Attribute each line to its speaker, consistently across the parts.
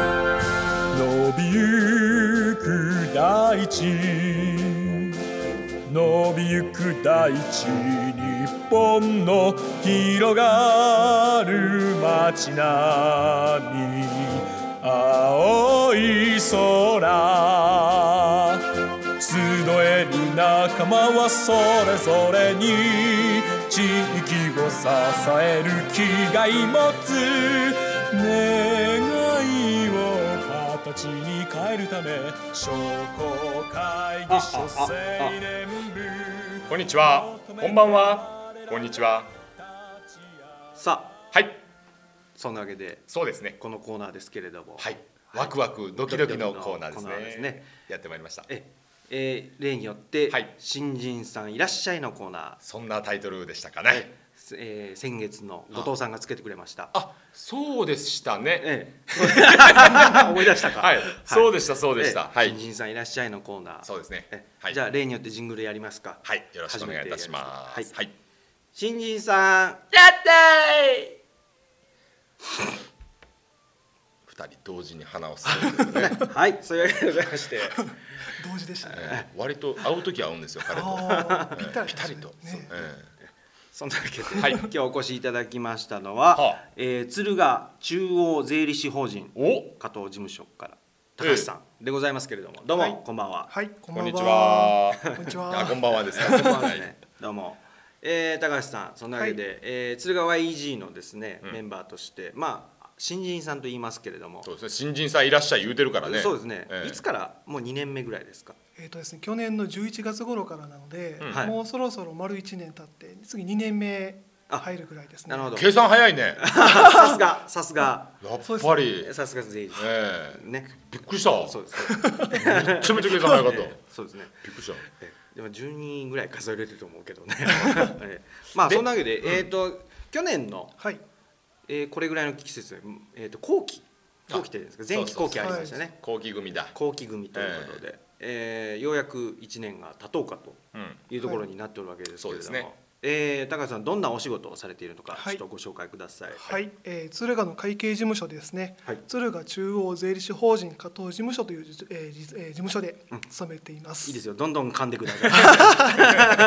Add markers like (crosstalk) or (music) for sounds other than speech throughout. Speaker 1: 伸びゆく大地伸びゆく大地日本の広がる街並み青い空集える仲間はそれぞれに地域を支える気概持つ願いを形に変えるため商工会議所青年部
Speaker 2: こんにちは。こんばんは。こんにちは。
Speaker 3: さあ
Speaker 2: はい。
Speaker 3: そんなわけで
Speaker 2: そうですね。
Speaker 3: このコーナーですけれども、
Speaker 2: はい。ワクワクドキドキのコーナーです
Speaker 3: ドキドキのコーナーです
Speaker 2: ね
Speaker 3: ね。
Speaker 2: やってまいりました。
Speaker 3: ええー例によって、
Speaker 2: はい
Speaker 3: 新人さんいらっしゃいのコーナ
Speaker 2: そんなタイトルでしたか
Speaker 3: ー、
Speaker 2: ね。
Speaker 3: えー先月の後藤さんがつけてくれました。
Speaker 2: あ、そうでしたね。
Speaker 3: え
Speaker 2: (laughs)
Speaker 3: え、思い出したか。
Speaker 2: はい。そうでしたそうでし
Speaker 3: え
Speaker 2: た。
Speaker 3: え
Speaker 2: はい
Speaker 3: 新。人さんいらっしゃいのコーナー。
Speaker 2: そうですね
Speaker 3: ええ。
Speaker 2: はい。
Speaker 3: じゃあ例によってジングルやりますか。
Speaker 2: はい。よろしくお願いいたしま
Speaker 3: 初め
Speaker 2: す。
Speaker 3: て
Speaker 2: はい。
Speaker 3: 新人さん。
Speaker 2: 二人同時に鼻を吸う (laughs) という
Speaker 3: (laughs)
Speaker 2: ね。
Speaker 3: はい、そういうわけでございまして。
Speaker 4: 同時でしたね。
Speaker 2: ええ割と会う時は会うんですよ彼と。
Speaker 4: ああ、ぴったり
Speaker 2: 二人と。
Speaker 4: ね
Speaker 2: ええ
Speaker 3: そんなわけで、
Speaker 2: はい
Speaker 3: 今日お越しいただきましたのは、
Speaker 2: はあ
Speaker 3: えー敦賀中央税理士法人
Speaker 2: お、
Speaker 3: 加藤事務所から
Speaker 2: え
Speaker 3: 高橋さんでございますけれども、どうも、
Speaker 4: はい
Speaker 3: こんばんは。
Speaker 4: はい、こんば
Speaker 2: こ
Speaker 4: ん
Speaker 2: ん
Speaker 4: は。
Speaker 2: にちは。
Speaker 4: こんにち
Speaker 2: あ、
Speaker 4: は。
Speaker 2: こんばんはですか。
Speaker 3: こんばんはです
Speaker 2: はい
Speaker 3: ね。どうも。えー、高橋さん、そんなわけで、えー敦賀 YEG のですね、メンバーとして、まあ新人さんと言いますけれども、
Speaker 2: そうですね。新人さんいらっしゃい言うてるからね。
Speaker 3: そうですね、
Speaker 2: ええ
Speaker 3: いつからもう2年目ぐらいですか。
Speaker 4: えっ、とですね、去年の11月頃からなので、
Speaker 3: はい
Speaker 4: もうそろそろ丸1年経って、次2年目
Speaker 3: あ
Speaker 4: 入るぐらいですね。
Speaker 3: なるほど。
Speaker 2: 計算早いね。
Speaker 3: さすが、さすが、
Speaker 2: やっぱり。
Speaker 3: さすが税理士。
Speaker 2: ええ
Speaker 3: ね。
Speaker 2: びっくりした。め
Speaker 3: そうです。そうです
Speaker 2: ちゃめちゃ計算早かった。びっ
Speaker 3: そうですね。
Speaker 2: くりした。
Speaker 3: えでも10人ぐらい数えれると思うけどね。えまあそんなわけで、えっ、と去年の、
Speaker 4: はい、
Speaker 3: えーこれぐらいの季節、えっ、と後期
Speaker 2: あ
Speaker 3: 後期って言うんですか、前期
Speaker 2: そうそう
Speaker 3: 後期ありましたね。
Speaker 2: 後期組だ。
Speaker 3: 後期組ということで、えーようやく1年が経とうかと
Speaker 2: うん。
Speaker 3: いうところになっておるわけですけれども、
Speaker 2: はいそうですね
Speaker 3: えー高橋さんどんなお仕事をされているのか、
Speaker 4: は
Speaker 3: ち
Speaker 4: い
Speaker 3: ょっとご紹介ください。
Speaker 4: はい、えー敦賀の会計事務所ですね。
Speaker 3: はい
Speaker 4: 敦賀中央税理士法人加藤事務所という、えーじえー事務所で勤めています。
Speaker 3: いいですよ、どんどん噛んでください。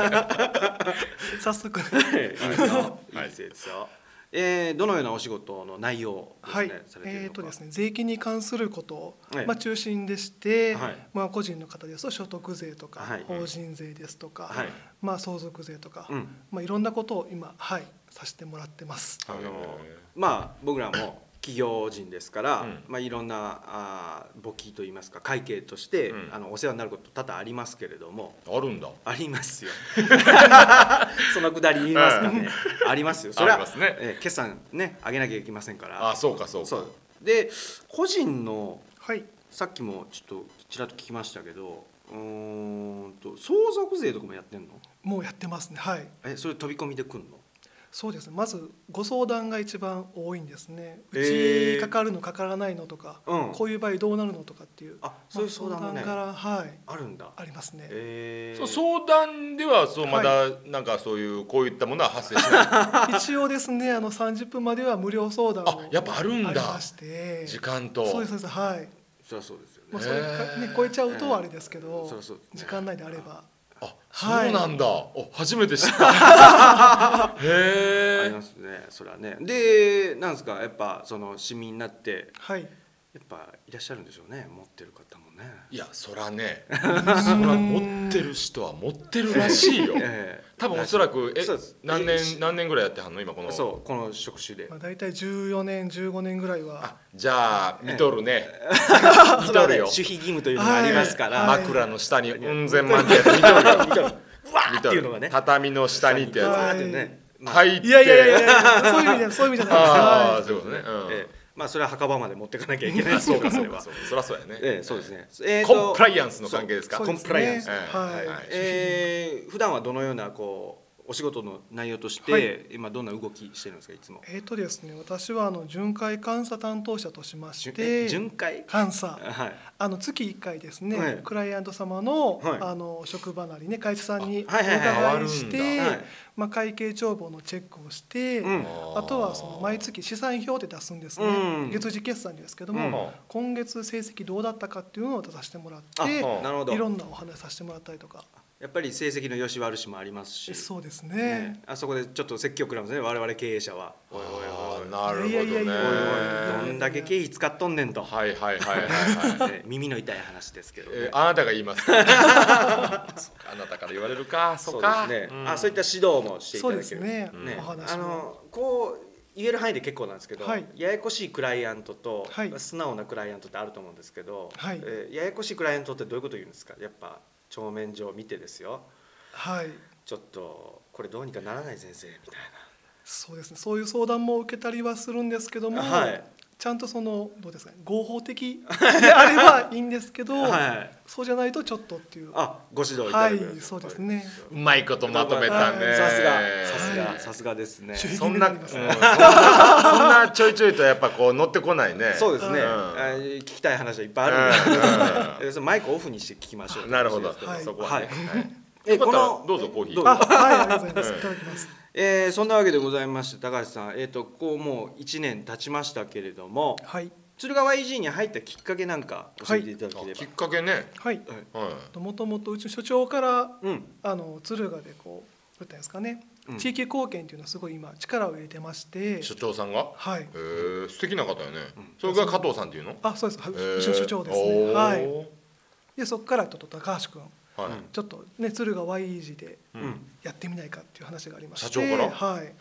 Speaker 4: 早速、ね、
Speaker 3: いいですよ、いい
Speaker 2: はい
Speaker 3: ですよいいですよ。えーどのようなお仕事の内容をですね、
Speaker 4: はい
Speaker 3: さ、れてい
Speaker 4: え
Speaker 3: る
Speaker 4: ー
Speaker 3: の
Speaker 4: と
Speaker 3: か。
Speaker 4: ですね、税金に関することを、
Speaker 3: はい
Speaker 4: まあ中心でして、
Speaker 3: はい
Speaker 4: まあ個人の方ですと所得税とか、
Speaker 3: はい
Speaker 4: 法人税ですとか、
Speaker 3: はい
Speaker 4: まあ相続税とか、
Speaker 3: うん
Speaker 4: まあいろんなことを今はいさせてもらってます。
Speaker 3: あの
Speaker 2: へー
Speaker 3: まあ僕らも企業人ですから、
Speaker 2: うん
Speaker 3: まあいろんなあー簿記といいますか会計として、
Speaker 2: うん
Speaker 3: あのお世話になること多々ありますけれども。
Speaker 2: あるんだ。
Speaker 3: あり
Speaker 2: (laughs)
Speaker 3: ますよ。そのくだり言いますかね。ありますよ。それ
Speaker 2: あ
Speaker 3: は、
Speaker 2: りますね
Speaker 3: えー決算ね上げなきゃいけませんから。
Speaker 2: あ、そうかそう
Speaker 3: そ
Speaker 2: か
Speaker 3: う。で個人の
Speaker 4: はい、
Speaker 3: さっきもちょっとちらっと聞きましたけど、うーんと相続税とかもやってんの？
Speaker 4: もうやってますね。はい、
Speaker 3: えそれ飛び込みで来んの？
Speaker 4: そうですね。まずご相談が一番多いんですね。う
Speaker 3: えー
Speaker 4: ちかかるのかからないのとか、
Speaker 3: うん
Speaker 4: こういう場合どうなるのとかっていう、
Speaker 3: あそういう相談もね
Speaker 4: まあからはい
Speaker 3: あるんだ。
Speaker 4: ありますね。
Speaker 3: えー (laughs)
Speaker 2: そう相談ではそうまだなんかそういうこういったものは発生
Speaker 3: (laughs)
Speaker 2: しない。
Speaker 4: 一応ですね、あの30分までは無料相談を
Speaker 2: あやっぱあるんだ
Speaker 4: りまして、
Speaker 2: 時間と。
Speaker 4: そうですそうですはい。
Speaker 3: そりゃそうですよね
Speaker 4: まあそれか
Speaker 2: へー
Speaker 4: ね超えちゃうとはあれですけど、
Speaker 3: そりゃそうですね
Speaker 4: 時間内であれば
Speaker 2: あ、
Speaker 4: はい
Speaker 2: そうなんだ。お、初めて知った。
Speaker 3: (laughs) あり
Speaker 2: へえ
Speaker 3: ま。すねそれはねでなんですかやっぱその市民になって
Speaker 4: はい
Speaker 3: やっぱいらっしゃるんでしょうね持ってる方もね
Speaker 2: いや、そらね。そら持ってる人は持ってるらしいよ。
Speaker 3: ええ
Speaker 2: 多分おそらくえ
Speaker 3: そうです
Speaker 2: 何
Speaker 3: え
Speaker 2: 年
Speaker 3: し
Speaker 2: 何年ぐらいやってはんの今この
Speaker 3: そうこの職
Speaker 4: (laughs)
Speaker 3: 種で
Speaker 4: まあだいたい14年15年ぐらいは
Speaker 2: じゃあ見とるね見
Speaker 3: それ
Speaker 2: と
Speaker 3: は
Speaker 2: る
Speaker 3: ね
Speaker 2: よ
Speaker 3: 守秘義務というのがありますから、
Speaker 4: はい
Speaker 2: 枕の下にうん千万ってやつ見とるよ見とる
Speaker 3: ーっていうのがね
Speaker 2: 畳の下にって
Speaker 3: う
Speaker 2: や
Speaker 3: わーってね、
Speaker 2: つ入って
Speaker 4: いやいやいやいやそういう意味じゃそういう意味じゃないです
Speaker 2: ああ
Speaker 4: はい
Speaker 2: そういうことねうん
Speaker 3: ええまあそれは墓場まで持ってかなきゃいけない
Speaker 2: あ
Speaker 3: です
Speaker 2: (laughs) そ
Speaker 3: よ
Speaker 2: うかそう
Speaker 3: れ
Speaker 2: か
Speaker 3: は
Speaker 2: そうかそりゃそうやね
Speaker 3: (laughs) ええそうですね、えーと
Speaker 2: コンプライアンスの関係ですか
Speaker 3: そう
Speaker 4: そうですね
Speaker 3: コンプライアンス
Speaker 2: ええ
Speaker 4: はい
Speaker 2: はい
Speaker 3: えー普段はどのようなこうお仕事の内容として、
Speaker 4: はい
Speaker 3: 今どんな動きしてるんですかいつも。
Speaker 4: えーとですね、私はあの巡回監査担当者としまし
Speaker 3: え
Speaker 4: て
Speaker 3: 巡回
Speaker 4: 監査
Speaker 3: はい。
Speaker 4: あの月1回ですね、
Speaker 3: はい
Speaker 4: クライアント様の,、
Speaker 3: はい
Speaker 4: あの職場なりね会社さんにお
Speaker 3: あはいはいはい
Speaker 4: 伺いして、
Speaker 2: 変
Speaker 3: わるんだはい
Speaker 4: まあ、会計帳簿のチェックをして、
Speaker 3: うん
Speaker 4: あとはその毎月試算表で出すんですね、
Speaker 3: うん
Speaker 4: 月次決算ですけど
Speaker 2: う
Speaker 4: も、
Speaker 2: ん
Speaker 4: 今月成績どうだったかっていうのを出させてもらっ
Speaker 3: あ
Speaker 4: て
Speaker 2: うん
Speaker 3: なるほ
Speaker 4: いろ
Speaker 3: ど。
Speaker 4: んなお話させてもらったりとか
Speaker 3: やっぱり成績の良し悪しもありますし。
Speaker 4: そうですね
Speaker 3: ね、あそこでちょっと説教くらいますね我々経営者は。おいおいお
Speaker 2: あ
Speaker 3: い
Speaker 2: ー
Speaker 3: おい
Speaker 2: なるほどね
Speaker 4: いやいやいやいや
Speaker 3: どんだけ経費使っとんねんと、
Speaker 2: はいはいはいはいはい
Speaker 3: えー耳の痛い話ですけど、ね
Speaker 2: えーあなたが言いますかそうかあなたから言われるかそ
Speaker 3: そうう
Speaker 2: か
Speaker 3: ですね、
Speaker 2: ん
Speaker 3: あそういった指導もしていた
Speaker 4: そう
Speaker 3: だ
Speaker 4: で
Speaker 3: け
Speaker 4: す
Speaker 3: る
Speaker 4: ね、
Speaker 2: ね
Speaker 4: お話
Speaker 3: あ
Speaker 4: も
Speaker 3: のこう言える範囲で結構なんですけど、
Speaker 4: はい
Speaker 3: ややこしいクライアントと、
Speaker 4: はい
Speaker 3: 素直なクライアントってあると思うんですけど、
Speaker 4: はい
Speaker 3: えーややこしいクライアントってどういうこと言うんですかやっぱ帳面上見てですよ
Speaker 4: はい
Speaker 3: ちょっとこれどうにかならない先生みたい
Speaker 4: そうですねそういう相談も受けたりはするんですけども、
Speaker 3: はい
Speaker 4: ちゃんとそのどうですかね合法的
Speaker 3: (laughs)
Speaker 4: であればいいんですけど、
Speaker 3: な、はい、
Speaker 4: そうじゃないとちょっとっていう
Speaker 3: あ
Speaker 4: は
Speaker 3: ご指導いただく
Speaker 4: い
Speaker 3: んです
Speaker 4: そうですね
Speaker 2: うまいことまとめたね
Speaker 3: さすがさす
Speaker 4: は
Speaker 3: が
Speaker 4: い
Speaker 3: さすがですね
Speaker 4: 注意
Speaker 2: そんな、
Speaker 4: 勉
Speaker 2: うん
Speaker 4: 強
Speaker 2: そ
Speaker 4: に
Speaker 2: ん
Speaker 4: な
Speaker 2: なそんなちょいちょいとやっぱこう乗ってこないね
Speaker 3: そうですね、
Speaker 2: ん
Speaker 3: あー聞きたい話はいっぱいあるんで、 (laughs) えーそれマイクオフにして聞きましょう
Speaker 2: なるほど、
Speaker 4: はい
Speaker 2: そこはね、はい
Speaker 3: え
Speaker 2: よか
Speaker 3: こ
Speaker 2: ったら
Speaker 3: の
Speaker 2: どうぞコーヒー
Speaker 3: どうぞ
Speaker 4: あはいありがとうございますいただきます
Speaker 3: えーそんなわけでございまして高橋さん、えー、とこうもう1年経ちましたけれども
Speaker 4: はい
Speaker 3: 鶴川 EG に入ったきっかけなんか教えていただければ、
Speaker 2: きっかけね、
Speaker 4: はい
Speaker 2: はい、
Speaker 4: もともとうちの所長から
Speaker 3: うん
Speaker 4: あの敦賀でこうどういったんですかね、
Speaker 3: うん
Speaker 4: 地域貢献っていうのはすごい今力を入れてまして
Speaker 2: 所長さんが
Speaker 4: はい
Speaker 2: へえ素敵な方よね、それが加藤さんっていうの
Speaker 4: あそうですは
Speaker 2: へ
Speaker 4: う
Speaker 2: ー
Speaker 4: ちの所長ですね
Speaker 2: おー
Speaker 4: はいでそこからちょっと高橋君
Speaker 2: はい
Speaker 3: うん
Speaker 4: ちょっとね敦賀 YEG で
Speaker 3: うん
Speaker 4: やってみないかっていう話がありまして
Speaker 2: 社長から
Speaker 4: は
Speaker 2: へ
Speaker 4: い
Speaker 2: え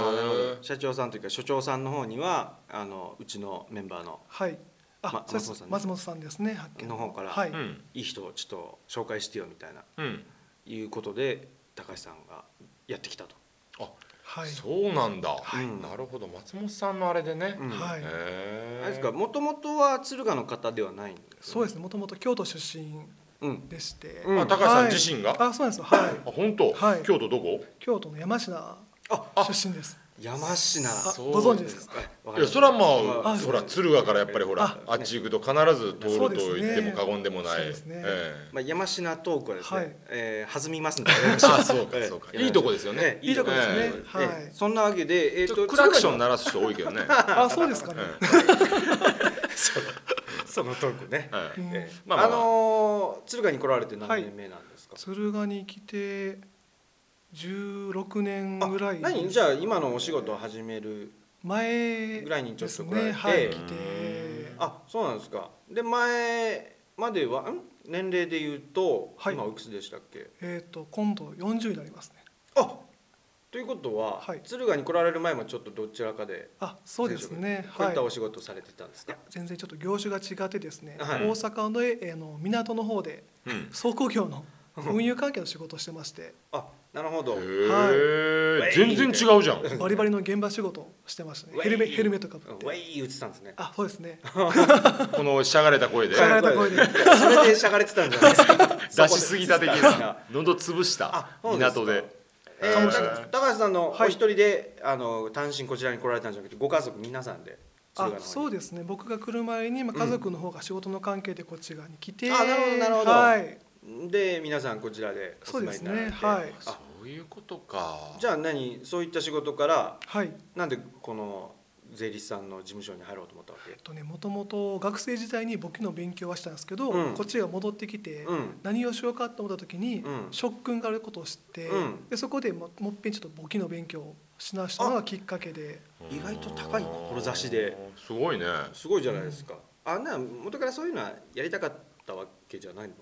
Speaker 3: あなるほど社長さんというか所長さんの方にはあのうちのメンバーの
Speaker 4: はいあ、
Speaker 3: ま
Speaker 4: そうで
Speaker 3: 松本
Speaker 4: す
Speaker 3: さんね
Speaker 4: 松本さんですね発見
Speaker 3: の方から
Speaker 4: はい、
Speaker 2: うん
Speaker 3: いい人をちょっと紹介してよみたいな
Speaker 2: うん
Speaker 3: いうことで高橋さんがやってきたと、
Speaker 2: あ、
Speaker 4: はい
Speaker 2: そうなんだ、
Speaker 3: はい
Speaker 2: なるほど松本さんのあれでね、
Speaker 3: うん
Speaker 4: はい
Speaker 2: へえ
Speaker 3: あれですかもともとは敦賀の方ではないんですよね
Speaker 4: そうですねもともと京都出身
Speaker 3: うん
Speaker 4: でして、
Speaker 3: うん
Speaker 2: あ高橋さん自身が、
Speaker 4: はいあそうなんですよはい
Speaker 2: あ本当、
Speaker 4: はい
Speaker 2: 京都どこ
Speaker 4: 京都の山科
Speaker 3: あ
Speaker 4: 出身です
Speaker 3: 山科
Speaker 4: あ
Speaker 2: そう
Speaker 4: ご存知ですか
Speaker 3: わかりま
Speaker 2: いや
Speaker 3: した
Speaker 2: それはまあ、
Speaker 4: あ
Speaker 2: そら敦賀からやっぱりほらあ
Speaker 4: あ
Speaker 2: っち行くと必ず通ると言っても過言でもない
Speaker 4: そうですね
Speaker 2: ええ
Speaker 3: まあ、山科トークはですね、
Speaker 4: はい
Speaker 3: えー弾みますんで、
Speaker 2: (laughs) あそうか
Speaker 3: ええ
Speaker 2: そうか
Speaker 3: ええ
Speaker 2: いいとこですよね
Speaker 3: ええいいとこですね、え
Speaker 2: え
Speaker 4: えはい
Speaker 3: えそんなわけで、えー
Speaker 2: ちょっとクラクション鳴らす人多いけどね、
Speaker 4: (laughs) あそうですかね、
Speaker 2: え
Speaker 3: そのトークね、
Speaker 2: えはい
Speaker 4: うん
Speaker 3: ええ
Speaker 2: まあまあ
Speaker 3: あのー敦賀に来られて何年目なんですか、
Speaker 4: 敦賀に来て16年
Speaker 3: あ
Speaker 4: ぐらい
Speaker 3: 何じゃあ今のお仕事を始める
Speaker 4: 前
Speaker 3: ぐらいにちょっと来られて
Speaker 4: ですねはい来
Speaker 2: う
Speaker 4: て
Speaker 3: あそうなんですかで前まではん年齢で言うと、
Speaker 4: はい
Speaker 3: 今おいくつでしたっけ
Speaker 4: えっ、と今度40になりますね
Speaker 3: あということは、
Speaker 4: はい
Speaker 3: 敦賀に来られる前もちょっとどちらかで
Speaker 4: あそうですね
Speaker 3: こうい
Speaker 4: は
Speaker 3: っ
Speaker 4: い
Speaker 3: たお仕事されてたんです
Speaker 4: い
Speaker 3: か
Speaker 4: や、全然ちょっと業種が違ってですね、
Speaker 3: はい
Speaker 4: 大阪の,、えーの港の方で
Speaker 2: うん
Speaker 4: 倉庫業 (laughs) の運輸関係の仕事をしてまして
Speaker 3: あなるほど
Speaker 2: へえ
Speaker 3: はい
Speaker 2: 全然違うじゃ
Speaker 3: (laughs)
Speaker 2: ん
Speaker 4: バリバリの現場仕事をしてました
Speaker 3: ウ
Speaker 4: ね
Speaker 3: ェイ
Speaker 4: ヘルメヘルメットかぶ
Speaker 3: ウ
Speaker 4: っ
Speaker 3: ェ
Speaker 4: て
Speaker 3: イ打ってたんですね
Speaker 4: あそうですね
Speaker 2: このしゃがれた声で
Speaker 4: しゃがれた声で
Speaker 3: (laughs) それでしゃがれてたんじゃないですか
Speaker 2: (laughs) 出しすぎた的な喉潰した
Speaker 3: あそうですか
Speaker 2: 港で
Speaker 3: え
Speaker 2: かも
Speaker 3: ー
Speaker 2: しれない
Speaker 3: た高橋さんのお
Speaker 4: はい
Speaker 3: 一人で、あの単身こちらに来られたんじゃなくてご家族皆さんで
Speaker 4: あそう
Speaker 3: で
Speaker 4: ですね僕が来る前に、まあ、家族の方が仕事の関係でこっち側に来て、
Speaker 3: あなるほどなるほど
Speaker 4: はい
Speaker 3: で皆さんこちらでお住まいになられて
Speaker 4: そうですねはい
Speaker 3: あ
Speaker 2: そういうことか
Speaker 3: じゃあ何そういった仕事から
Speaker 4: はいえっ
Speaker 3: なんでこの税理士さんの事務所に入ろうと思ったわけ
Speaker 4: とねもともと学生時代に簿記の勉強はしたんですけど、
Speaker 3: うん
Speaker 4: こっちが戻ってきて、
Speaker 3: うん
Speaker 4: 何をしようかと思った時に、
Speaker 3: うん
Speaker 4: 職訓があることを知って、
Speaker 3: うん
Speaker 4: でそこでももっぺんちょっと簿記の勉強をし直したのがきっかけで
Speaker 3: 意外と高い志です
Speaker 2: ごいね
Speaker 3: すごいじゃないですか、あんな元からそういうのはやりたかったわけじゃないの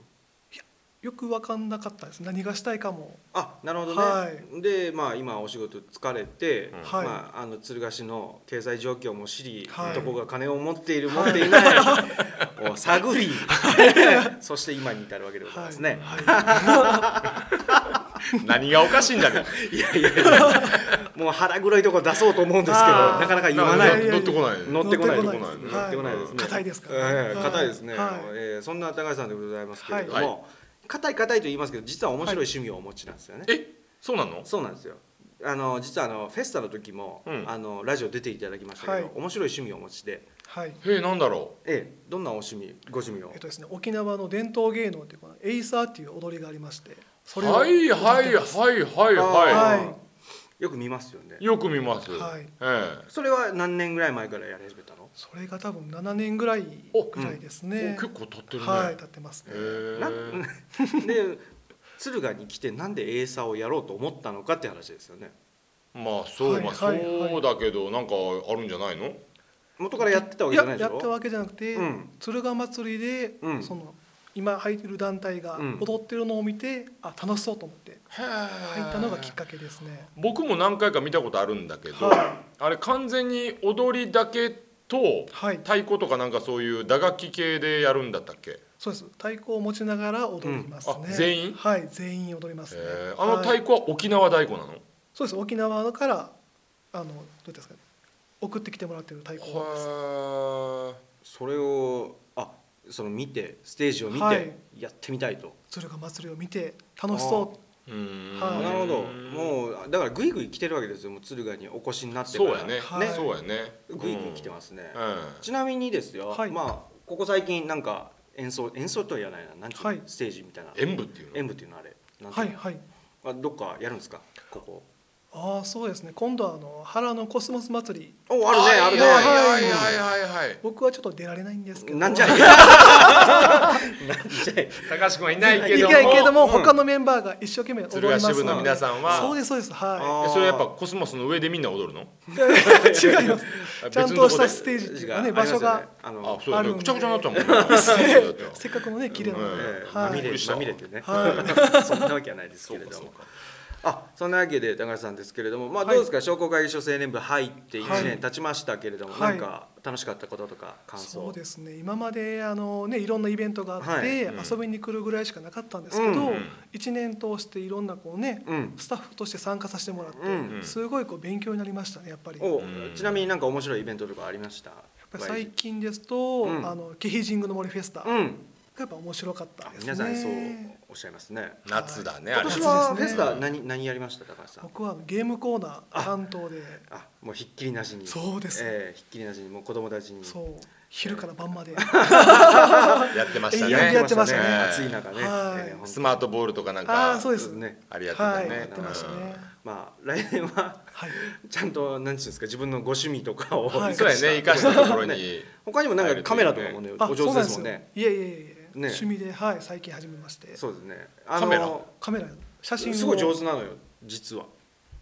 Speaker 4: よく分かんなかったです何がしたいかも
Speaker 3: あなるほどね、
Speaker 4: は
Speaker 3: でまあ今お仕事疲れて、
Speaker 2: うん
Speaker 4: はい
Speaker 3: まあ、あの鶴ヶ市の経済状況も知り、
Speaker 4: はい
Speaker 3: どこが金を持っている持ってい (laughs) ないを探 (laughs) りそして今に至るわけでございますね、 (laughs)
Speaker 4: はい
Speaker 2: 何がおかしいんだ
Speaker 4: (laughs)
Speaker 2: ね
Speaker 3: い、やいやいやもう腹黒いとこ出そうと思うんですけど
Speaker 4: あー
Speaker 3: なかなか言わない
Speaker 4: いやいや
Speaker 2: 乗ってこない
Speaker 3: 乗ってこない
Speaker 4: 乗ってこない
Speaker 2: 乗ってこ
Speaker 4: で
Speaker 2: な
Speaker 4: す
Speaker 3: 乗
Speaker 2: い
Speaker 3: ってこないですね
Speaker 4: 硬いですから
Speaker 3: ええ
Speaker 4: はい
Speaker 3: 硬いですね、
Speaker 4: はい
Speaker 3: ええそんな高橋さんでございますけれども、
Speaker 2: はい
Speaker 3: 硬い硬いと言いますけど実は面白い趣味をお持ちなんですよね、
Speaker 2: えそうなの
Speaker 3: そうなんですよあの実はあのフェスタの時も、
Speaker 2: うん
Speaker 3: あのラジオ出ていただきましたけど、
Speaker 4: はい
Speaker 3: 面白い趣味をお持ちで、
Speaker 4: はい
Speaker 2: へえなんだろ
Speaker 3: ええ、どんなお趣味ご趣味を
Speaker 4: えっとですね、沖縄の伝統芸能っていうこのエイサーっていう踊りがありまして
Speaker 2: う
Speaker 4: そを
Speaker 2: はいはい
Speaker 4: 踊
Speaker 2: は
Speaker 4: ってます
Speaker 2: いはいは
Speaker 4: は
Speaker 3: よく見ますよね
Speaker 2: いよく見ます、
Speaker 4: はい
Speaker 2: ええ
Speaker 3: それは何年ぐらい前からやり始めたの
Speaker 4: それが多分7年ぐらい
Speaker 2: お
Speaker 4: ぐらいです
Speaker 2: お
Speaker 4: ね、
Speaker 2: 結構経ってるね、
Speaker 4: はい経ってますね、
Speaker 2: へ
Speaker 3: な (laughs)
Speaker 2: え
Speaker 3: で敦賀に来てなんでエーサーをやろうと思ったのかって話ですよね
Speaker 2: まあそう、
Speaker 4: はい
Speaker 2: まあ
Speaker 4: はいはい
Speaker 2: そうだけどなんかあるんじゃないの
Speaker 3: 元からやってたわけじゃないでし
Speaker 4: ややった
Speaker 3: ょ
Speaker 4: わけじゃなくて、
Speaker 3: うん
Speaker 4: 鶴ヶ祭りで、
Speaker 3: うん
Speaker 4: その今入ってる団体が
Speaker 3: うん
Speaker 4: 踊ってるのを見て、あ楽しそうと思って
Speaker 2: へえ
Speaker 4: 入ったのがきっかけですね、
Speaker 2: 僕も何回か見たことあるんだけど、
Speaker 4: は
Speaker 2: あれ完全に踊りだけと
Speaker 4: はい
Speaker 2: 太鼓とかなんかそういう打楽器系でやるんだったっけ、
Speaker 4: そうです太鼓を持ちながら踊りますね、
Speaker 2: うんあ全員
Speaker 4: はい全員踊りますね
Speaker 2: へえあの
Speaker 4: はい
Speaker 2: 太鼓は沖縄太鼓なの、
Speaker 4: そうです沖縄からあのどうやってですかね送ってきてもらってる太鼓です
Speaker 2: は
Speaker 3: それをあその見てステージを見て、
Speaker 4: はい
Speaker 3: やってみたいと
Speaker 4: 鶴ヶ祭りを見て楽しそう
Speaker 2: いうん
Speaker 4: はい
Speaker 3: なるほど
Speaker 2: う
Speaker 3: もうだからぐいぐい来てるわけですよもう敦賀にお越しになってか
Speaker 2: そう
Speaker 3: ら
Speaker 2: やね、
Speaker 4: はい
Speaker 2: そうやね
Speaker 3: ぐいぐい来てますね、
Speaker 2: うん、
Speaker 3: ちなみにですよ、
Speaker 4: はい
Speaker 3: まあここ最近なんか演奏演奏とは言わないななんていうの、
Speaker 4: はい
Speaker 3: ステージみたいな
Speaker 2: 演舞っていうの
Speaker 3: 演舞っていうのあれなんて
Speaker 4: は
Speaker 3: いう
Speaker 4: い
Speaker 3: の
Speaker 4: はい
Speaker 3: あどっかやるんですかここ
Speaker 4: ああそうですね今度はあの原のコスモス祭り
Speaker 3: おあるねあるね
Speaker 2: はいは
Speaker 4: はい
Speaker 2: いはいはいはい
Speaker 4: 僕はちょっと出られないんですけど
Speaker 3: なんじゃいなんじゃい
Speaker 2: 高橋君はいないけ
Speaker 4: い
Speaker 2: ども
Speaker 4: けないけども、
Speaker 3: うん
Speaker 4: 他のメンバーが一生懸命踊
Speaker 2: 鶴
Speaker 4: りま
Speaker 2: ヶ
Speaker 4: す
Speaker 2: 支部の皆
Speaker 4: ん
Speaker 2: さん
Speaker 4: そう
Speaker 2: は
Speaker 4: ですそうですは
Speaker 3: あー
Speaker 2: えそれやっぱコスモスの上でみんな踊るの
Speaker 4: い (laughs) 違いますちゃんとしたス
Speaker 2: ージ
Speaker 4: テージっていうか
Speaker 3: あ
Speaker 4: ね
Speaker 3: りま
Speaker 4: 場
Speaker 3: すよ
Speaker 4: 所が、
Speaker 3: あ
Speaker 2: あ
Speaker 3: の
Speaker 2: そうだ
Speaker 4: ある
Speaker 2: ね
Speaker 4: んで
Speaker 2: くちゃくちゃになっちゃうもんね
Speaker 4: (laughs)
Speaker 2: そうだった
Speaker 4: せっかくのね綺麗な
Speaker 2: う
Speaker 4: の
Speaker 2: ん
Speaker 4: で、
Speaker 3: ええま
Speaker 4: は
Speaker 3: みれ
Speaker 4: い
Speaker 2: びっくりした
Speaker 3: まみれてね、
Speaker 4: は
Speaker 3: (laughs) そんなわけはないですけれどもあそんなわけで高橋さんですけれどもまあどうですか、商工会議所青年部入って1年経ちましたけれども、
Speaker 4: は
Speaker 3: な
Speaker 4: い
Speaker 3: んか楽しかったこととか感想
Speaker 4: そうですね今まであの、ね、いろんなイベントがあって、
Speaker 3: はい
Speaker 2: ん
Speaker 4: 遊びに来るぐらいしかなかったんですけ
Speaker 3: うん
Speaker 4: ど、
Speaker 2: うん
Speaker 4: 一年通していろんなこう、ね
Speaker 3: うん
Speaker 4: スタッフとして参加させてもらって、
Speaker 3: うん
Speaker 2: うん
Speaker 4: すごいこう勉強になりましたねやっぱり。やっ
Speaker 3: お
Speaker 2: うん
Speaker 3: ちなみになんか面白いイベントとかありました
Speaker 4: ぱり最近ですと、
Speaker 3: うん
Speaker 4: あのケヒジングの森フェスタが
Speaker 3: う
Speaker 4: や
Speaker 3: ん
Speaker 4: っぱ面白かったですね。
Speaker 3: 皆さんそうおっしゃいますね
Speaker 2: 夏だねあ
Speaker 3: 今
Speaker 2: れ
Speaker 3: 年
Speaker 4: 私
Speaker 3: はフェ
Speaker 4: 夏です
Speaker 3: ス
Speaker 4: ね
Speaker 3: タ何何やりました高橋さん
Speaker 4: 僕はゲームコーナー担当で
Speaker 3: あもうひっきりなしに
Speaker 4: そうです
Speaker 3: ええひっきりなしにもう子供たちに
Speaker 4: そう昼から晩
Speaker 2: (laughs)
Speaker 4: まで、
Speaker 2: やってました
Speaker 4: 永遠
Speaker 2: ね
Speaker 4: でやってましたね
Speaker 3: 暑い中ね、
Speaker 4: はい
Speaker 3: ええ
Speaker 2: スマートボールとかなん
Speaker 4: あ
Speaker 2: か
Speaker 4: ーそうです
Speaker 3: ね
Speaker 2: あれやってた
Speaker 4: はい
Speaker 2: ね
Speaker 4: やってましたね。
Speaker 3: まあ来年は
Speaker 4: はい、
Speaker 3: ちゃんと何ていうんですか自分のご趣味とかを
Speaker 4: はい
Speaker 3: 生
Speaker 2: そう
Speaker 3: か
Speaker 2: や
Speaker 3: した
Speaker 2: ね生かしたとこ
Speaker 4: (laughs)
Speaker 2: ろ
Speaker 3: ね
Speaker 2: に
Speaker 3: 他にもなんかカメラとかもね
Speaker 4: あ
Speaker 3: お
Speaker 4: そう
Speaker 3: 上手で
Speaker 4: なんですす
Speaker 3: もん
Speaker 4: よ。
Speaker 3: ね
Speaker 4: いえいえい
Speaker 3: ね
Speaker 4: え、趣味ではい最近始めまして
Speaker 3: そうですねあ
Speaker 2: カメラ
Speaker 4: カメラ写真を
Speaker 3: すごい上手なのよ実は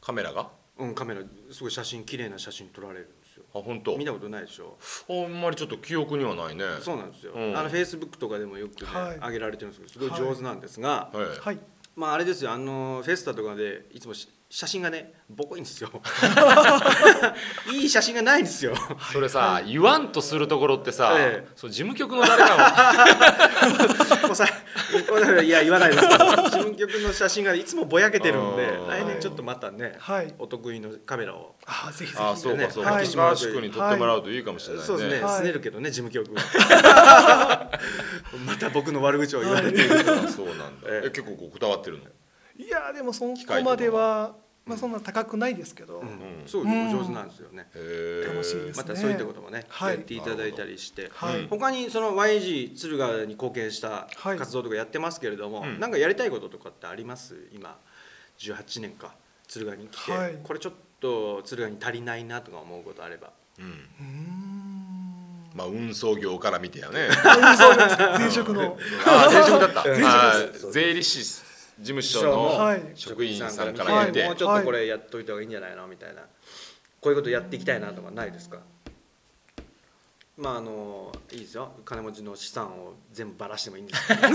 Speaker 2: カメラがあ
Speaker 3: うんカメラすごい写真綺麗な写真撮られるんですよ
Speaker 2: 本当
Speaker 3: 見たことないでしょ
Speaker 2: あんまりちょっと記憶にはないね
Speaker 3: そうなんですよ、
Speaker 2: うん
Speaker 3: あのフェイスブックとかでもよくね、
Speaker 4: はい
Speaker 3: 上げられてるんですけどすごい上手なんですが、
Speaker 2: はい
Speaker 4: はい
Speaker 3: まああれですよあのフェスタとかでいつもし写真がねボコいんです
Speaker 4: (laughs)
Speaker 3: よ (laughs) いい写真がないんですよ
Speaker 2: それさ言わんとするところってさ
Speaker 3: ええ
Speaker 2: そう事務局の誰か
Speaker 3: もうさいや言わないですけど事務局の写真がいつもぼやけてるんで
Speaker 2: あー
Speaker 3: 来年ちょっとまたね、
Speaker 4: はい
Speaker 3: お得意のカメラを
Speaker 4: あーぜひ
Speaker 3: (laughs)
Speaker 4: ぜひ
Speaker 2: をあそうかそうか
Speaker 4: はい
Speaker 2: 高橋君に撮ってもらうといいかもしれないね
Speaker 3: そうですね、
Speaker 4: はい
Speaker 3: すねるけどね事務局 (laughs) はまた僕の悪口を言われて
Speaker 4: は
Speaker 3: る、
Speaker 2: あそうなんだ
Speaker 3: ええ
Speaker 2: え結構こうこだわってるの
Speaker 4: いやーでもそ
Speaker 2: 機
Speaker 4: こ
Speaker 2: 械とかは
Speaker 4: まではまあそんな高くないですけど、
Speaker 3: うん
Speaker 2: うん
Speaker 3: すごいお上手なんですよね、
Speaker 4: 楽
Speaker 2: 楽
Speaker 4: しいです
Speaker 3: またそういったこともね、
Speaker 4: はい
Speaker 3: やっていただいたりして、
Speaker 4: はい、
Speaker 2: うん
Speaker 3: 他にその YG 敦賀に貢献した
Speaker 4: はい
Speaker 3: 活動とかやってますけれども、
Speaker 2: うん
Speaker 3: なんかやりたいこととかってあります今18年か敦賀に来て、
Speaker 4: はい
Speaker 3: これちょっと敦賀に足りないなとか思うことあれば
Speaker 2: うん
Speaker 4: うーん
Speaker 2: まあ運送業から見て
Speaker 3: (laughs)
Speaker 2: やね
Speaker 4: あそうです前職の
Speaker 2: (laughs) ああ前職だった
Speaker 3: 前職です
Speaker 2: ああ税理士事務所の
Speaker 4: はい
Speaker 2: 職員さんから見
Speaker 4: は
Speaker 2: て
Speaker 4: い
Speaker 3: もうちょっとこれやっといた方がいいんじゃないのみたいなこういうことやっていきたいなとかないですかまああのいいですよ金持ちの資産を全部ばらしてもいいんですけ (laughs) ど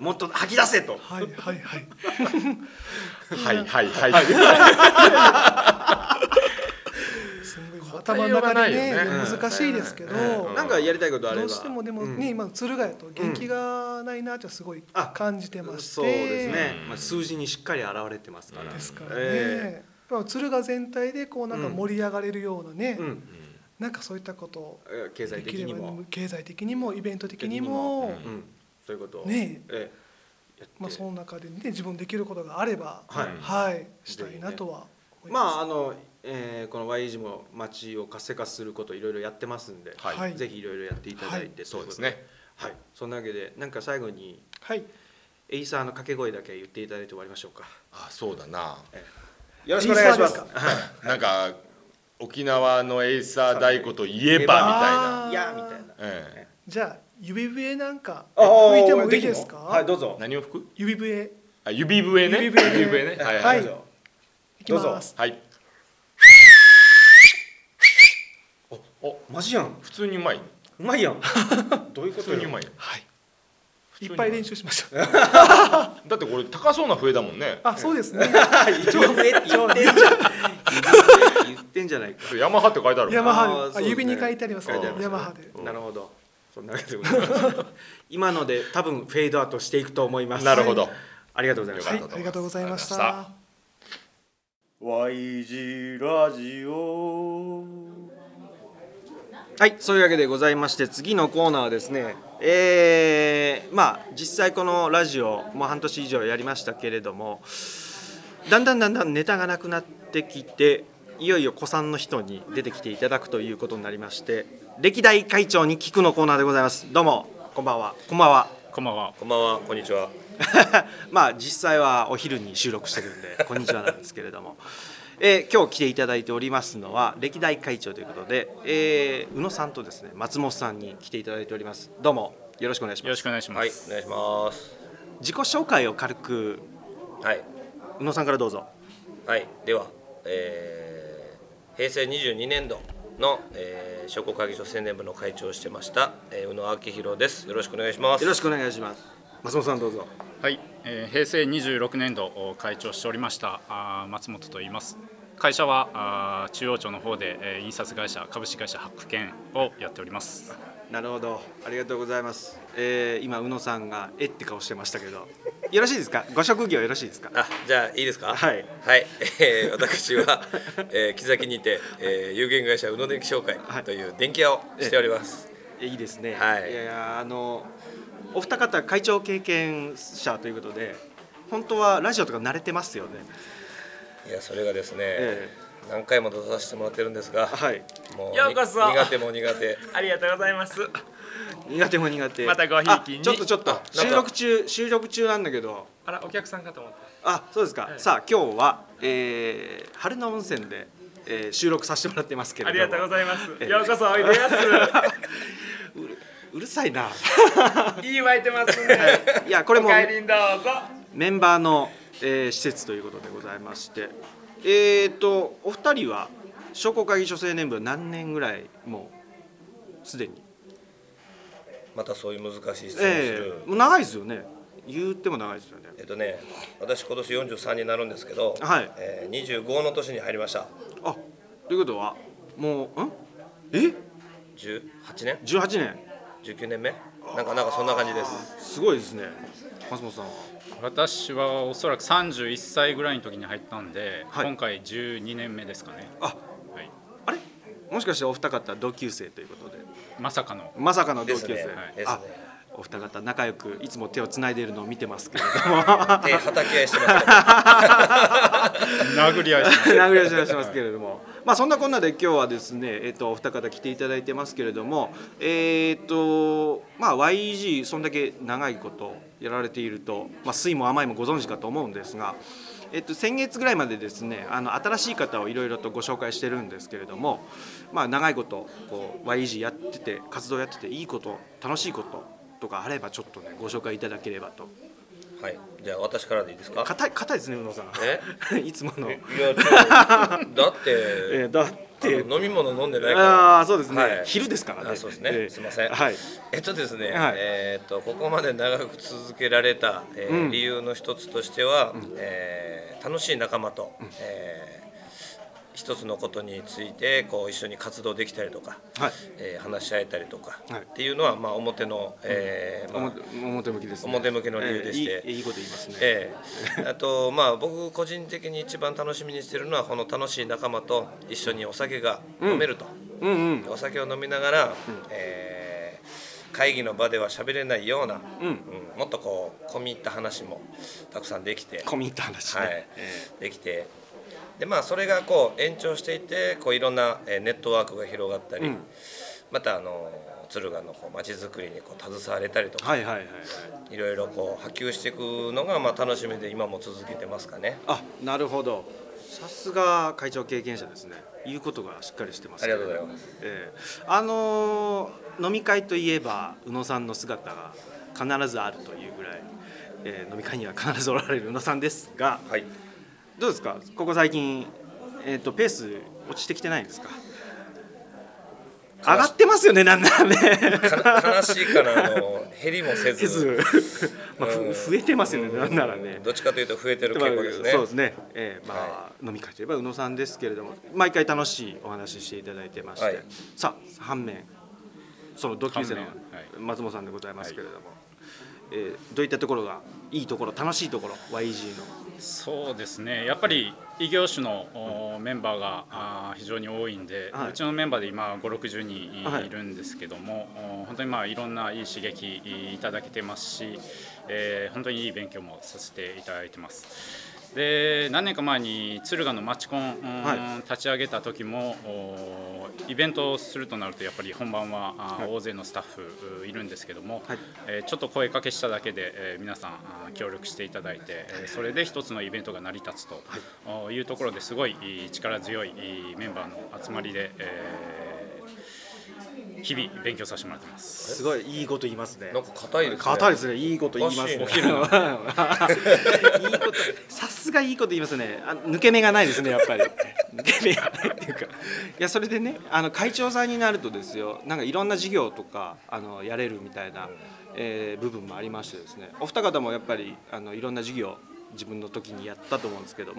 Speaker 3: もっと吐き出せと
Speaker 4: はいはいはい
Speaker 2: はいはいはい
Speaker 4: すごい
Speaker 2: 答
Speaker 4: 頭
Speaker 2: え
Speaker 4: の
Speaker 2: ようが
Speaker 4: 中
Speaker 2: ない
Speaker 4: で
Speaker 2: よね
Speaker 4: ね
Speaker 3: うん
Speaker 4: 難しいですけど、
Speaker 2: うん
Speaker 3: なんかやりたいことあれば
Speaker 4: どうしてもでも
Speaker 3: うん
Speaker 4: ね、今の鶴ヶ谷と元気がないなってすごい
Speaker 3: あ
Speaker 4: 感じてまして、
Speaker 3: そうですね、
Speaker 2: うん
Speaker 3: まあ、数字にしっかり現れてますから、
Speaker 2: うん
Speaker 4: ですからね、
Speaker 3: え
Speaker 4: まあ鶴ヶ全体でこうなんか盛り上がれるようなね、
Speaker 3: うん、
Speaker 4: なんかそういったことを
Speaker 3: えー経済的
Speaker 4: できれ
Speaker 3: に
Speaker 4: ば
Speaker 3: も、
Speaker 4: 経済的にもイベント的にも
Speaker 3: うん、そういうことを、
Speaker 4: ね
Speaker 3: えーやって、
Speaker 4: まあ、その中で、ね、自分できることがあれば、
Speaker 3: はい
Speaker 4: はい、したいなとは思い
Speaker 3: ま
Speaker 4: ます。
Speaker 3: ああの、えーこの Y 字も町を活性化することいろいろやってますんで、
Speaker 2: はい
Speaker 4: はい
Speaker 3: ぜひいろいろやっていただいて、とい
Speaker 2: そう
Speaker 3: こ
Speaker 2: で
Speaker 3: と
Speaker 2: すね
Speaker 3: はいそんなわけでなんか最後に
Speaker 4: はい、
Speaker 3: エイサーの掛け声だけ言っていただいて終わりましょうか
Speaker 2: あそうだな
Speaker 3: よろしくお願いします
Speaker 4: エイサー
Speaker 2: (laughs)
Speaker 4: で
Speaker 2: なんか沖縄のエイサー太鼓といえば
Speaker 4: あー
Speaker 3: いやみたいな
Speaker 2: みたいな、え
Speaker 4: じゃあ指笛なんか
Speaker 3: あー
Speaker 4: 吹いてもいい
Speaker 3: きる
Speaker 4: で
Speaker 3: の
Speaker 4: すか？
Speaker 3: はいどう
Speaker 2: え
Speaker 3: ぞ
Speaker 2: 何を吹く
Speaker 4: 指笛
Speaker 2: あ指笛ね
Speaker 4: 指笛ね
Speaker 2: ねはい
Speaker 4: は
Speaker 2: はいい、
Speaker 3: どうぞ
Speaker 4: いきます。
Speaker 2: はい、おお
Speaker 3: マジやん
Speaker 2: 普通にうまいう
Speaker 3: まいやんどういうこ
Speaker 2: 普
Speaker 3: と
Speaker 2: 通
Speaker 3: よ
Speaker 2: にうまい
Speaker 4: はい、
Speaker 2: 通
Speaker 4: い
Speaker 2: に
Speaker 4: っぱい練習しました。
Speaker 3: (laughs)
Speaker 2: だってこれ高そうな笛だもんね
Speaker 4: あ、そうですね。
Speaker 3: あ一応上って言ってんじゃん言ってんじゃないか
Speaker 2: ヤマハって書いてある
Speaker 4: ヤマ
Speaker 3: あ
Speaker 4: ハ
Speaker 3: ー
Speaker 4: で、
Speaker 3: そう
Speaker 4: あ、
Speaker 3: ですね
Speaker 4: 指に書いてありますか
Speaker 2: 書いてあ
Speaker 4: ら、
Speaker 2: りますねう
Speaker 4: ヤマハで。
Speaker 2: ん
Speaker 3: なるほど。そんなわけでございます。今ので多分フェードアウトしていくと思います。
Speaker 2: なるほど、
Speaker 3: ありがとうございまし
Speaker 2: よ
Speaker 3: た
Speaker 4: は
Speaker 2: かっ
Speaker 4: い
Speaker 2: たと思います、
Speaker 4: ありがとうございまし
Speaker 2: ありがとうございま
Speaker 4: た
Speaker 2: し。
Speaker 3: YG ラジオはいそういうわけでございまして次のコーナーはですねえーまあ実際このラジオもう半年以上やりましたけれどもだんだんだんだんネタがなくなってきていよいよ古参の人に出てきていただくということになりまして歴代会長に聞くのコーナーでございますどうもこんばんはこんばんは
Speaker 1: こんばんは
Speaker 5: こんばんは、こんにちは。
Speaker 3: (laughs) まあ実際はお昼に収録してるんでこんにちはなんですけれども、えー今日来ていただいておりますのは歴代会長ということで、えー宇野さんとですね松本さんに来ていただいておりますどうもよろしくお願いし
Speaker 1: よ
Speaker 3: ま
Speaker 1: ろ
Speaker 3: す
Speaker 1: しくお願いします、
Speaker 5: はい、お願いします。
Speaker 3: 自己紹介を軽く
Speaker 5: はい、
Speaker 3: 宇野さんからどうぞ
Speaker 5: はい、では、えー平成22年度の、えー、商工会議所青年部の会長をしてました、えー、宇野明宏です。よろしくお願いします。
Speaker 3: よろしくお願いします松本さんどうぞ
Speaker 6: はい、えー平成26年度お会長しておりましたあー松本と言います会社はあー中央町の方で、えー印刷会社株式会社ハック券をやっております
Speaker 3: なるほどありがとうございます、えー今宇野さんがえって顔してましたけどよろしいですかご職業よろしいですか
Speaker 5: あ、じゃあいいですか。
Speaker 3: はい
Speaker 5: はい、えー、私は、 (laughs) えー、木崎にて、えー、有限会社宇野電気商会という電気屋をしております。
Speaker 3: いやいいですね、
Speaker 5: はい
Speaker 3: ややあのお二方会長経験者ということで本当はラジオとか慣れてますよね
Speaker 5: い、や、それがですね、
Speaker 3: え
Speaker 5: 何回も出させてもらってるんですが、
Speaker 3: はい
Speaker 5: もう
Speaker 7: ようこそ
Speaker 5: 苦手も苦
Speaker 3: (laughs)
Speaker 5: 手。
Speaker 7: ありがとうございます。
Speaker 3: 苦手も苦手
Speaker 7: またごひいきに
Speaker 3: あちょっとちょっと
Speaker 5: なんか
Speaker 3: 収録中収録中なんだけど
Speaker 7: あら、お客さんかと思った。
Speaker 3: あそうですか、
Speaker 7: ええ
Speaker 3: さあ今日は、えー、春の温泉で、えー収録させてもらってますけれ
Speaker 7: あり
Speaker 3: ども
Speaker 7: がとうございます。
Speaker 3: ええ
Speaker 7: ようこそおいでや
Speaker 3: (laughs) うるさいな
Speaker 7: す。 (laughs) いい湧いてますね。
Speaker 3: (laughs) いやこれ
Speaker 7: お
Speaker 3: も
Speaker 7: 帰りんどうぞ。
Speaker 3: メンバーの、えー施設ということでございましてえー、とお二人は商工会議所青年部は何年ぐらいもうすでに
Speaker 5: またそういう難しい質問をする。
Speaker 3: ええもう長いですよね言っても長いですよね
Speaker 5: えっとね、私今年43になるんですけど、
Speaker 3: はい
Speaker 5: えー、25の年に入りました
Speaker 3: あということはもうんえ
Speaker 5: 18年
Speaker 3: 18年
Speaker 5: 19年目なんかなんかそんな感じです
Speaker 3: すごいですね松本さんは
Speaker 6: 私はおそらく31歳ぐらいの時に入ったんで、
Speaker 3: はい
Speaker 6: 今回12年目ですかね
Speaker 3: あ
Speaker 6: はい
Speaker 3: あれもしかしてお二方同級生ということで
Speaker 6: まさかの
Speaker 3: まさかの同級生、
Speaker 5: ですねですね
Speaker 3: あお二方仲良くいつも手をつないでいるのを見てますけれど
Speaker 5: (laughs)
Speaker 3: も
Speaker 5: 手叩き合いして
Speaker 3: (laughs)
Speaker 5: ます
Speaker 6: 殴り合いします
Speaker 3: 殴り合いしますけれども、まあそんなこんなで今日はですね、えっとお二方来ていただいてますけれども、えっとまあ YG そんだけ長いことやられていると、まあ酸いも甘いもご存知かと思うんですが。えっと、先月ぐらいまでですねあの新しい方をいろいろとご紹介してるんですけれども、まあ、長いことこう YG やってて活動やってていいこと楽しいこととかあればちょっとねご紹介いただければと
Speaker 5: はいじゃあ私からでいいですか
Speaker 3: 硬い硬いですね宇野さん (laughs) いつもの、
Speaker 5: いやちょっとだって、
Speaker 3: (laughs) えーだって
Speaker 5: あの飲み物飲んでないから
Speaker 3: ああそうですね、
Speaker 5: はい
Speaker 3: 昼ですからね
Speaker 5: あそうですね、
Speaker 3: ええ
Speaker 5: すいません、
Speaker 3: はい
Speaker 5: えっとですね、
Speaker 3: はい
Speaker 5: えーっとここまで長く続けられた、えー
Speaker 3: うん
Speaker 5: 理由の一つとしては、えー楽しい仲間と、えー一つのことについてこう一緒に活動できたりとか、
Speaker 3: はい
Speaker 5: えー話し合えたりとか、
Speaker 3: はい
Speaker 5: っていうのは、まあ、表の、えーまあ
Speaker 3: 表表向きですね
Speaker 5: 表向きの理由でして
Speaker 3: ええいいいいこと言いますね、
Speaker 5: ええ、あとまあ僕個人的に一番楽しみにしてるのはこの楽しい仲間と一緒にお酒が飲めると、
Speaker 3: うんうん
Speaker 5: お酒を飲みながら、えー会議の場では喋れないような、
Speaker 3: うん
Speaker 5: うんもっとこう込み入った話もたくさんできて、
Speaker 3: 込み入った話ね、
Speaker 5: はい
Speaker 3: え
Speaker 5: できてでまあそれがこう延長していてこういろんなえーネットワークが広がったり、
Speaker 3: うん
Speaker 5: またあの敦賀のこう街づくりにこう携われたりと
Speaker 3: え
Speaker 5: か、
Speaker 3: はいはいはいはい
Speaker 5: い、ろいろこう波及していくのがまあ楽しみで今も続けてますかね。
Speaker 3: あなるほどさすが会長経験者ですね言うことがしっかりしてます
Speaker 5: ありがとうござい
Speaker 3: す、
Speaker 5: ます。
Speaker 3: ええあのー飲み会といえば宇野さんの姿が必ずあるというぐらい、ええ飲み会には必ずおられる宇野さんですが
Speaker 5: はい。
Speaker 3: どうですかここ最近、えー、とペース落ちてきてないんですか上がってますよねなんならね
Speaker 5: か悲 (laughs) しいからあの減りもせ
Speaker 3: (laughs)
Speaker 5: ず
Speaker 3: ペース、まあ、ふ増えてますよね、なんならね
Speaker 5: うんどっちかというと増えてる
Speaker 3: まあ
Speaker 5: 傾向ですね。
Speaker 3: そうですね、ええまあ飲み会といえば宇野さんですけれども毎回楽しいお話ししていただいてまして、
Speaker 5: はい
Speaker 3: さあ反面その同級生の
Speaker 6: 反面はい
Speaker 3: 松本さんでございますけれども、えーどういったところがいいところ楽しいところ YG の
Speaker 6: そうですねやっぱり異業種のおメンバーがあー非常に多いんで、
Speaker 3: はいう
Speaker 6: ちのメンバーで今560
Speaker 3: は
Speaker 6: 人
Speaker 3: い
Speaker 6: いるんですけども、お本当にまあいろんないい刺激いただけてますし、えー本当にいい勉強もさせていただいてます。で何年か前に敦賀のマチコン、うん
Speaker 3: は
Speaker 6: 立ち上げた時もおイベントをするとなるとやっぱり本番は、あー大勢のスタッフういるんですけども、
Speaker 3: はい
Speaker 6: えーちょっと声かけしただけで、えー皆さんあー協力していただいて、えーそれで一つのイベントが成り立つとおいうところですごいいい力強いいいメンバーの集まりで、えー日々勉強させてもらってます。
Speaker 3: すごいいいこと言いますね
Speaker 5: なんか硬いですね。
Speaker 3: 硬いですねいいこと言いますね
Speaker 5: おかしい
Speaker 3: (laughs)
Speaker 5: ね
Speaker 3: いいことさすがいいこと言いますねあ抜け目がないですねやっぱり (laughs) 抜け目がないっていうかいやそれでねあの会長さんになるとですよなんかいろんな事業とかあのやれるみたいな、えー部分もありましてですねお二方もやっぱりあのいろんな事業自分の時にやったと思うんですけど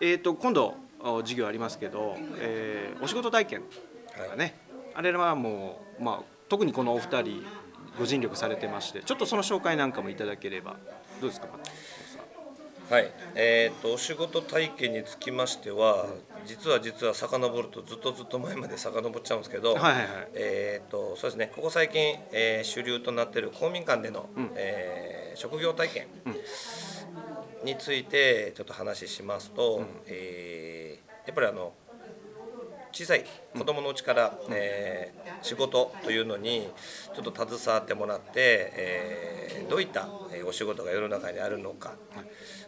Speaker 3: えー、と今度お授業ありますけど、えーお仕事体験がね、あれはもう、まあ、特にこのお二人ご尽力されてましてちょっとその紹介なんかもいただければどうですか
Speaker 5: はい、えー、とお仕事体験につきましては、実は実は遡るとずっとずっと前まで遡っちゃうんですけど、
Speaker 3: はいはいはい
Speaker 5: えー、とそうですねここ最近、えー主流となっている公民館での、
Speaker 3: ん
Speaker 5: えー職業体験についてちょっと話しますと、えーやっぱりあの小さい子供のうちから、えー仕事というのにちょっと携わってもらって、えーどういったえーお仕事が世の中にあるのか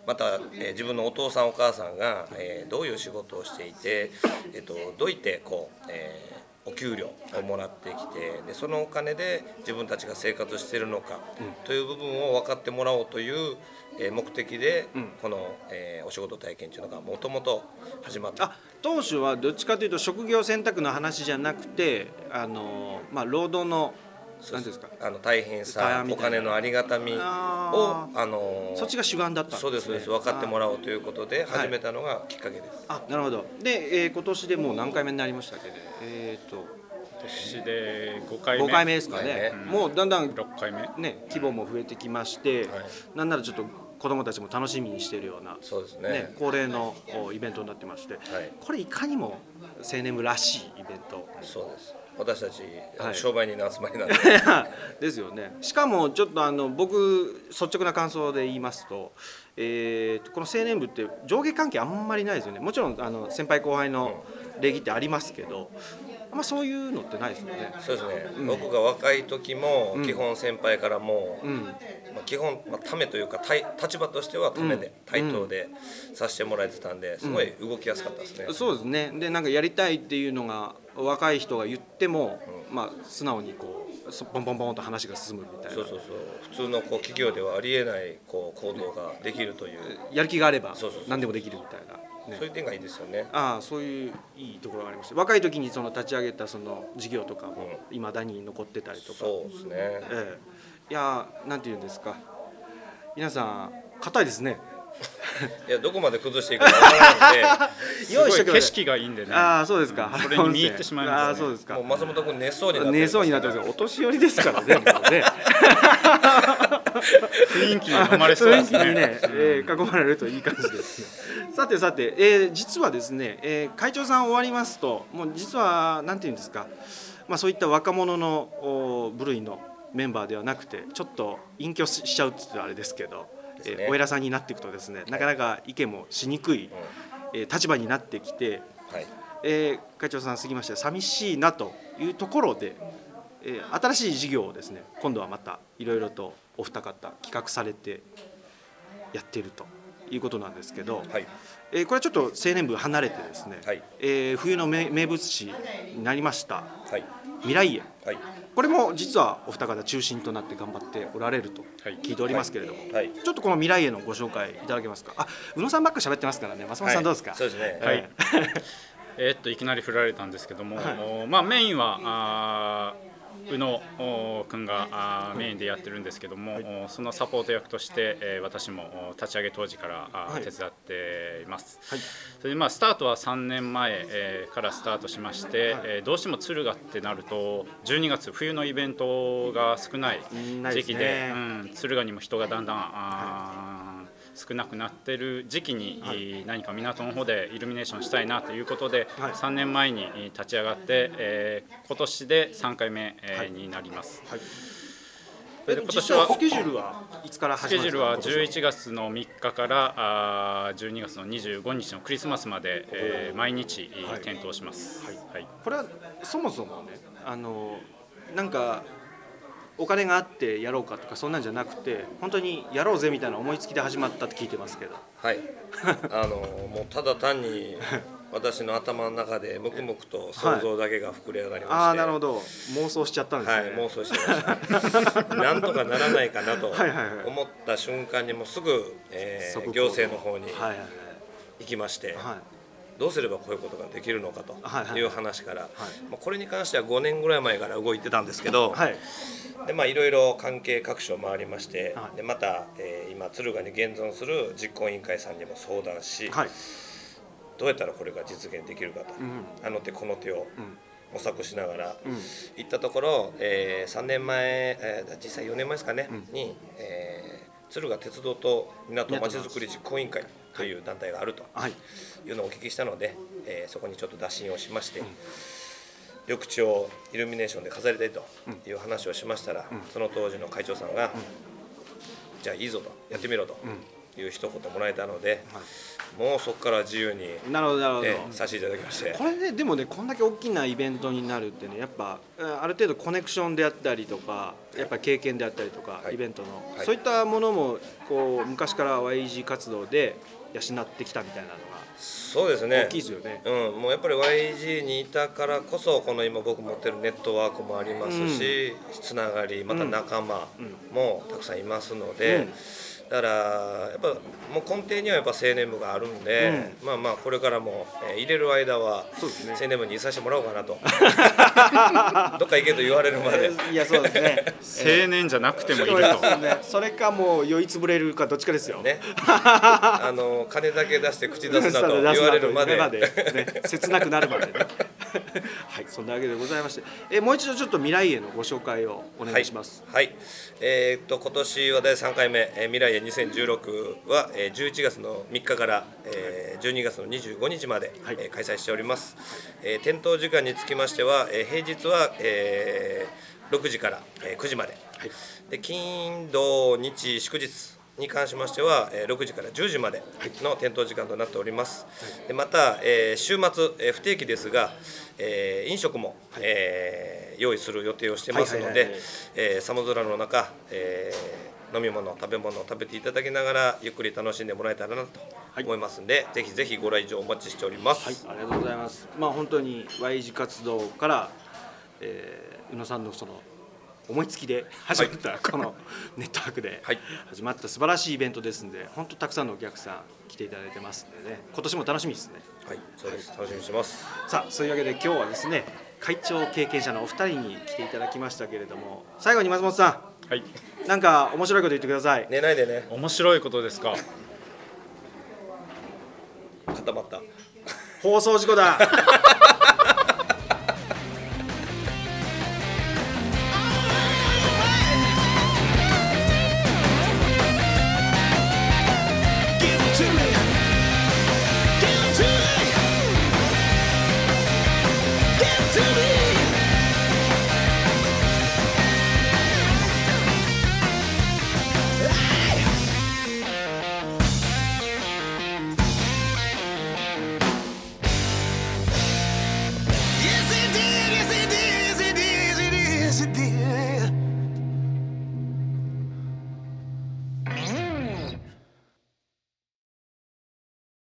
Speaker 5: また、えー自分のお父さんお母さんが、えーどういう仕事をしていて、えー、とどういってこう、えーお給料をもらってきてでそのお金で自分たちが生活しているのかという部分を分かってもらおうという、えー目的で、この、えーお仕事体験というのがもともと始まった
Speaker 3: あ当初はどっちかというと職業選択の話じゃなくてあの、まあ、労働の何ですか
Speaker 5: あの大変
Speaker 3: 大
Speaker 5: さ
Speaker 3: 変
Speaker 5: お
Speaker 3: みたいな
Speaker 5: 金のありがたみを
Speaker 3: あ
Speaker 5: あのー
Speaker 3: そっちが主眼だったん
Speaker 5: そうですそうです分かってもら
Speaker 3: う
Speaker 5: おうということで
Speaker 3: はい
Speaker 5: 始めたのがきっかけです、
Speaker 3: あなるほどで、えー今年でもう何回目になりましたっけねえっ、と
Speaker 6: 私で5回目
Speaker 3: 5回目ですかね
Speaker 5: 五回
Speaker 6: 目
Speaker 3: もうだんだん
Speaker 6: 6回目
Speaker 3: ね、規模も増えてきまして、
Speaker 5: はい
Speaker 3: なんならちょっと子どもたちも楽しみにしているような
Speaker 5: そうですね
Speaker 3: ね恒例のおイベントになってまして、これいかにも青年部らしいイベント (laughs)
Speaker 5: そうです私たち、
Speaker 3: はい
Speaker 5: 商売人の集まりなんで
Speaker 3: ですよねしかもちょっとあの僕率直な感想で言いますと,、えーとこの青年部って上下関係あんまりないですよねもちろんあの先輩後輩の礼儀ってありますけど、あんまそういうのってないですよね。
Speaker 5: (laughs) そうですね、僕が若い時も基本先輩からもう、
Speaker 3: うん
Speaker 5: まあ、基本、まあ、ためというかたい立場としてはためで、対等でさせてもらえてたんですごい動きやすかったですね、
Speaker 3: そうですねでなんかやりたいっていうのが若い人が言っても、まあ、素直にこうそポンポンポンと話が進むみたいな
Speaker 5: そうそうそう普通のこう企業ではありえないこう行動ができるという、
Speaker 3: やる気があれば
Speaker 5: そうそうそう
Speaker 3: 何でもできるみたいな。ね
Speaker 5: そういう点がいいですよね
Speaker 3: ああそういういいところがありました若い時にその立ち上げたその事業とかもいまだに残ってたりとか、
Speaker 5: そうですね
Speaker 3: ええ、いやーなんて言うんですか皆さん硬いですね
Speaker 5: いやどこまで崩していくか分からなく
Speaker 6: すごい
Speaker 3: てくだ
Speaker 6: 景
Speaker 3: さい
Speaker 6: 色がいいんでね
Speaker 3: ああそうですか、
Speaker 6: それに見入ってしまいますね
Speaker 3: ああそうですか
Speaker 5: てもう松本君寝そうになって
Speaker 3: 寝そうになってますよお年寄りですから
Speaker 5: (laughs)
Speaker 3: ねもうね
Speaker 6: 雰囲気に飲まれそうです
Speaker 3: (laughs) 雰囲気に
Speaker 6: ね
Speaker 3: ね、えー囲まれるといい感じですね。さてさて、えー実はですね、えー会長さん終わりますと、もう実はなんていうんですか、まあそういった若者のおと部類のメンバーではなくてちょっと隠居ししちゃうって言ったらあれですけどえ
Speaker 5: ですね
Speaker 3: ーお偉さんになっていくとですねなかなか意見もしにくい、えー立場になってきて、
Speaker 5: はい
Speaker 3: えー会長さん過ぎまして寂しいなというところで、えー新しい事業をですね今度はまたいろいろとお二方企画されてやっているということなんですけど、
Speaker 5: はい
Speaker 3: えーこれはちょっと青年部離れてですね、
Speaker 5: はい
Speaker 3: えー冬の名名物詩になりました
Speaker 5: はい
Speaker 3: 未来へ
Speaker 5: はい
Speaker 3: これも実はお二方中心となって頑張っておられると聞いておりますけれども、
Speaker 5: はい
Speaker 3: ちょっとこの未来へのご紹介いただけますかあ宇野さんばっか喋ってますからね松本さんどうですか、
Speaker 5: はいそうですね
Speaker 6: はいえーっといきなり振られたんですけども、おまあ、メインはあー宇野お君があーメインでやってるんですけども、おそのサポート役として、えー私もお立ち上げ当時からあー
Speaker 3: はい
Speaker 6: 手伝っています、
Speaker 3: はい
Speaker 6: それでまあ、スタートは3年前、えーからスタートしまして、えーどうしても敦賀ってなると12月冬のイベントが少ない
Speaker 3: ないで
Speaker 6: 時
Speaker 3: すね
Speaker 6: 期でうん、敦賀にも人がだんだんあー少なくなってる時期に、い何か港の方でイルミネーションしたいなということで、
Speaker 3: はい
Speaker 6: 3年前にえー立ち上がって、えー今年で3回目、えー
Speaker 3: はい
Speaker 6: になります。
Speaker 3: え
Speaker 6: で今
Speaker 3: 実
Speaker 6: 年
Speaker 3: は
Speaker 6: は
Speaker 3: スケジュールはいつから
Speaker 6: ス
Speaker 3: 始
Speaker 6: ケ
Speaker 3: ま
Speaker 6: ジュ
Speaker 3: る
Speaker 6: ールは11月の3日からあー12月の25日のクリスマスまで、えー毎日、えー
Speaker 3: はい
Speaker 6: 点灯します。はい
Speaker 3: これはそもそもねあのなんかお金があってやろうかとかそんなんじゃなくて本当にやろうぜみたいな思いつきで始まったって聞いてますけど
Speaker 5: はいあのもうただ単に私の頭の中でムクムクと想像だけが膨れ上がりまして、
Speaker 3: ああなるほど妄想しちゃったんです
Speaker 5: はい、
Speaker 3: ね、
Speaker 5: 妄想して
Speaker 3: (laughs)
Speaker 5: ました。なんとかならないかなと
Speaker 3: はいはいはい
Speaker 5: 思った瞬間にもうすぐ、えー
Speaker 3: 即行動
Speaker 5: 行政の方に
Speaker 3: はいはいはい
Speaker 5: 行きまして、
Speaker 3: はい
Speaker 5: どうすればこういうことができるのかと
Speaker 3: はいはい
Speaker 5: いう話から、まあ、これに関しては5年ぐらい前から動いてたんですけど、
Speaker 3: はい
Speaker 5: でまあいろいろ関係各所回りまして、
Speaker 3: はい
Speaker 5: でまた、えー今敦賀に現存する実行委員会さんにも相談し、
Speaker 3: はい
Speaker 5: どうやったらこれが実現できるかと、あの手この手を模索しながら行ったところ、えー3年前、えー実際4年前ですかね、に、えー敦賀鉄道と港まちづくり実行委員会という団体があると
Speaker 3: はい
Speaker 5: いうのをお聞きしたので、えーそこにちょっと打診をしまして。緑地をイルミネーションで飾りたいという話をしましたら、その当時の会長さんが、じゃあいいぞとやってみろという一言もらえたので、もうそこから自由に
Speaker 3: なるほどなるほど、
Speaker 5: ええさせていただきまして
Speaker 3: これねでもねこんだけ大きなイベントになるってねやっぱうんある程度コネクションであったりとかやっぱ経験であったりとか、
Speaker 5: はい
Speaker 3: イベントの、
Speaker 5: はい
Speaker 3: そういったものもこう昔から YG 活動で養ってきたみたいなの
Speaker 5: そうです
Speaker 3: が
Speaker 5: ね
Speaker 3: 大きいですよね。
Speaker 5: うん、もうやっぱり YG にいたからこそこの今僕持ってるネットワークもありますし、つながりまた仲間もたくさんいますので、だからやっぱもう根底にはやっぱ青年部があるんで、まあまあこれからも、えー入れる間は青年部にいさせてもらおうかな (laughs) とどっか行けと言われるまで。 (laughs)
Speaker 3: いやそうですね。
Speaker 6: 青年じゃなくてもいる
Speaker 3: そう
Speaker 6: と
Speaker 3: ですね。それかもう酔いつぶれるかどっちかですよ。
Speaker 5: ね、あの金だけ出して口出すなと言われるま
Speaker 3: 出
Speaker 5: で
Speaker 3: すなと言われるまでね切なくなるまでね。 (laughs) はい、そんなわけでございまして、えもう一度ちょっと未来へのご紹介をお願いします。
Speaker 5: はい、はいえーっと今年は第3回目、えー未来へ2016は、えー11月の3日から、えー12月の25日まで、
Speaker 3: はい
Speaker 5: えー開催しております、えー点灯時間につきましては、えー平日は、えー6時から、えー9時まで,、で金土日祝日に関しましては、えー6時から10時までの点灯時間となっております、でまた、えー週末、えー不定期ですが、えー飲食も、えー用意する予定をしてますの
Speaker 3: はいはいはい
Speaker 5: でえー寒空の中、えー飲み物食べ物を食べていただきながらゆっくり楽しんでもらえたらなと思いますんで、ぜひぜひご来場お待ちしております、
Speaker 3: はい、ありがとうございます。まあ本当に Y 字活動から、えー宇野さんのその思いつきで始まったこのネットワークで
Speaker 5: はい
Speaker 3: 始まった素晴らしいイベントですんで、本当たくさんのお客さん来ていただいてますんでね、今年も楽しみですね。
Speaker 5: はい、そうです楽しみにしてます
Speaker 3: さあそういうわけで今日はですね会長経験者のお二人に来ていただきましたけれども最後に松本さ
Speaker 6: はい、
Speaker 3: んなんか面白いこと言ってください、
Speaker 5: 寝ないでね
Speaker 6: 面白いことですか
Speaker 5: 固まった
Speaker 3: 放送事故だ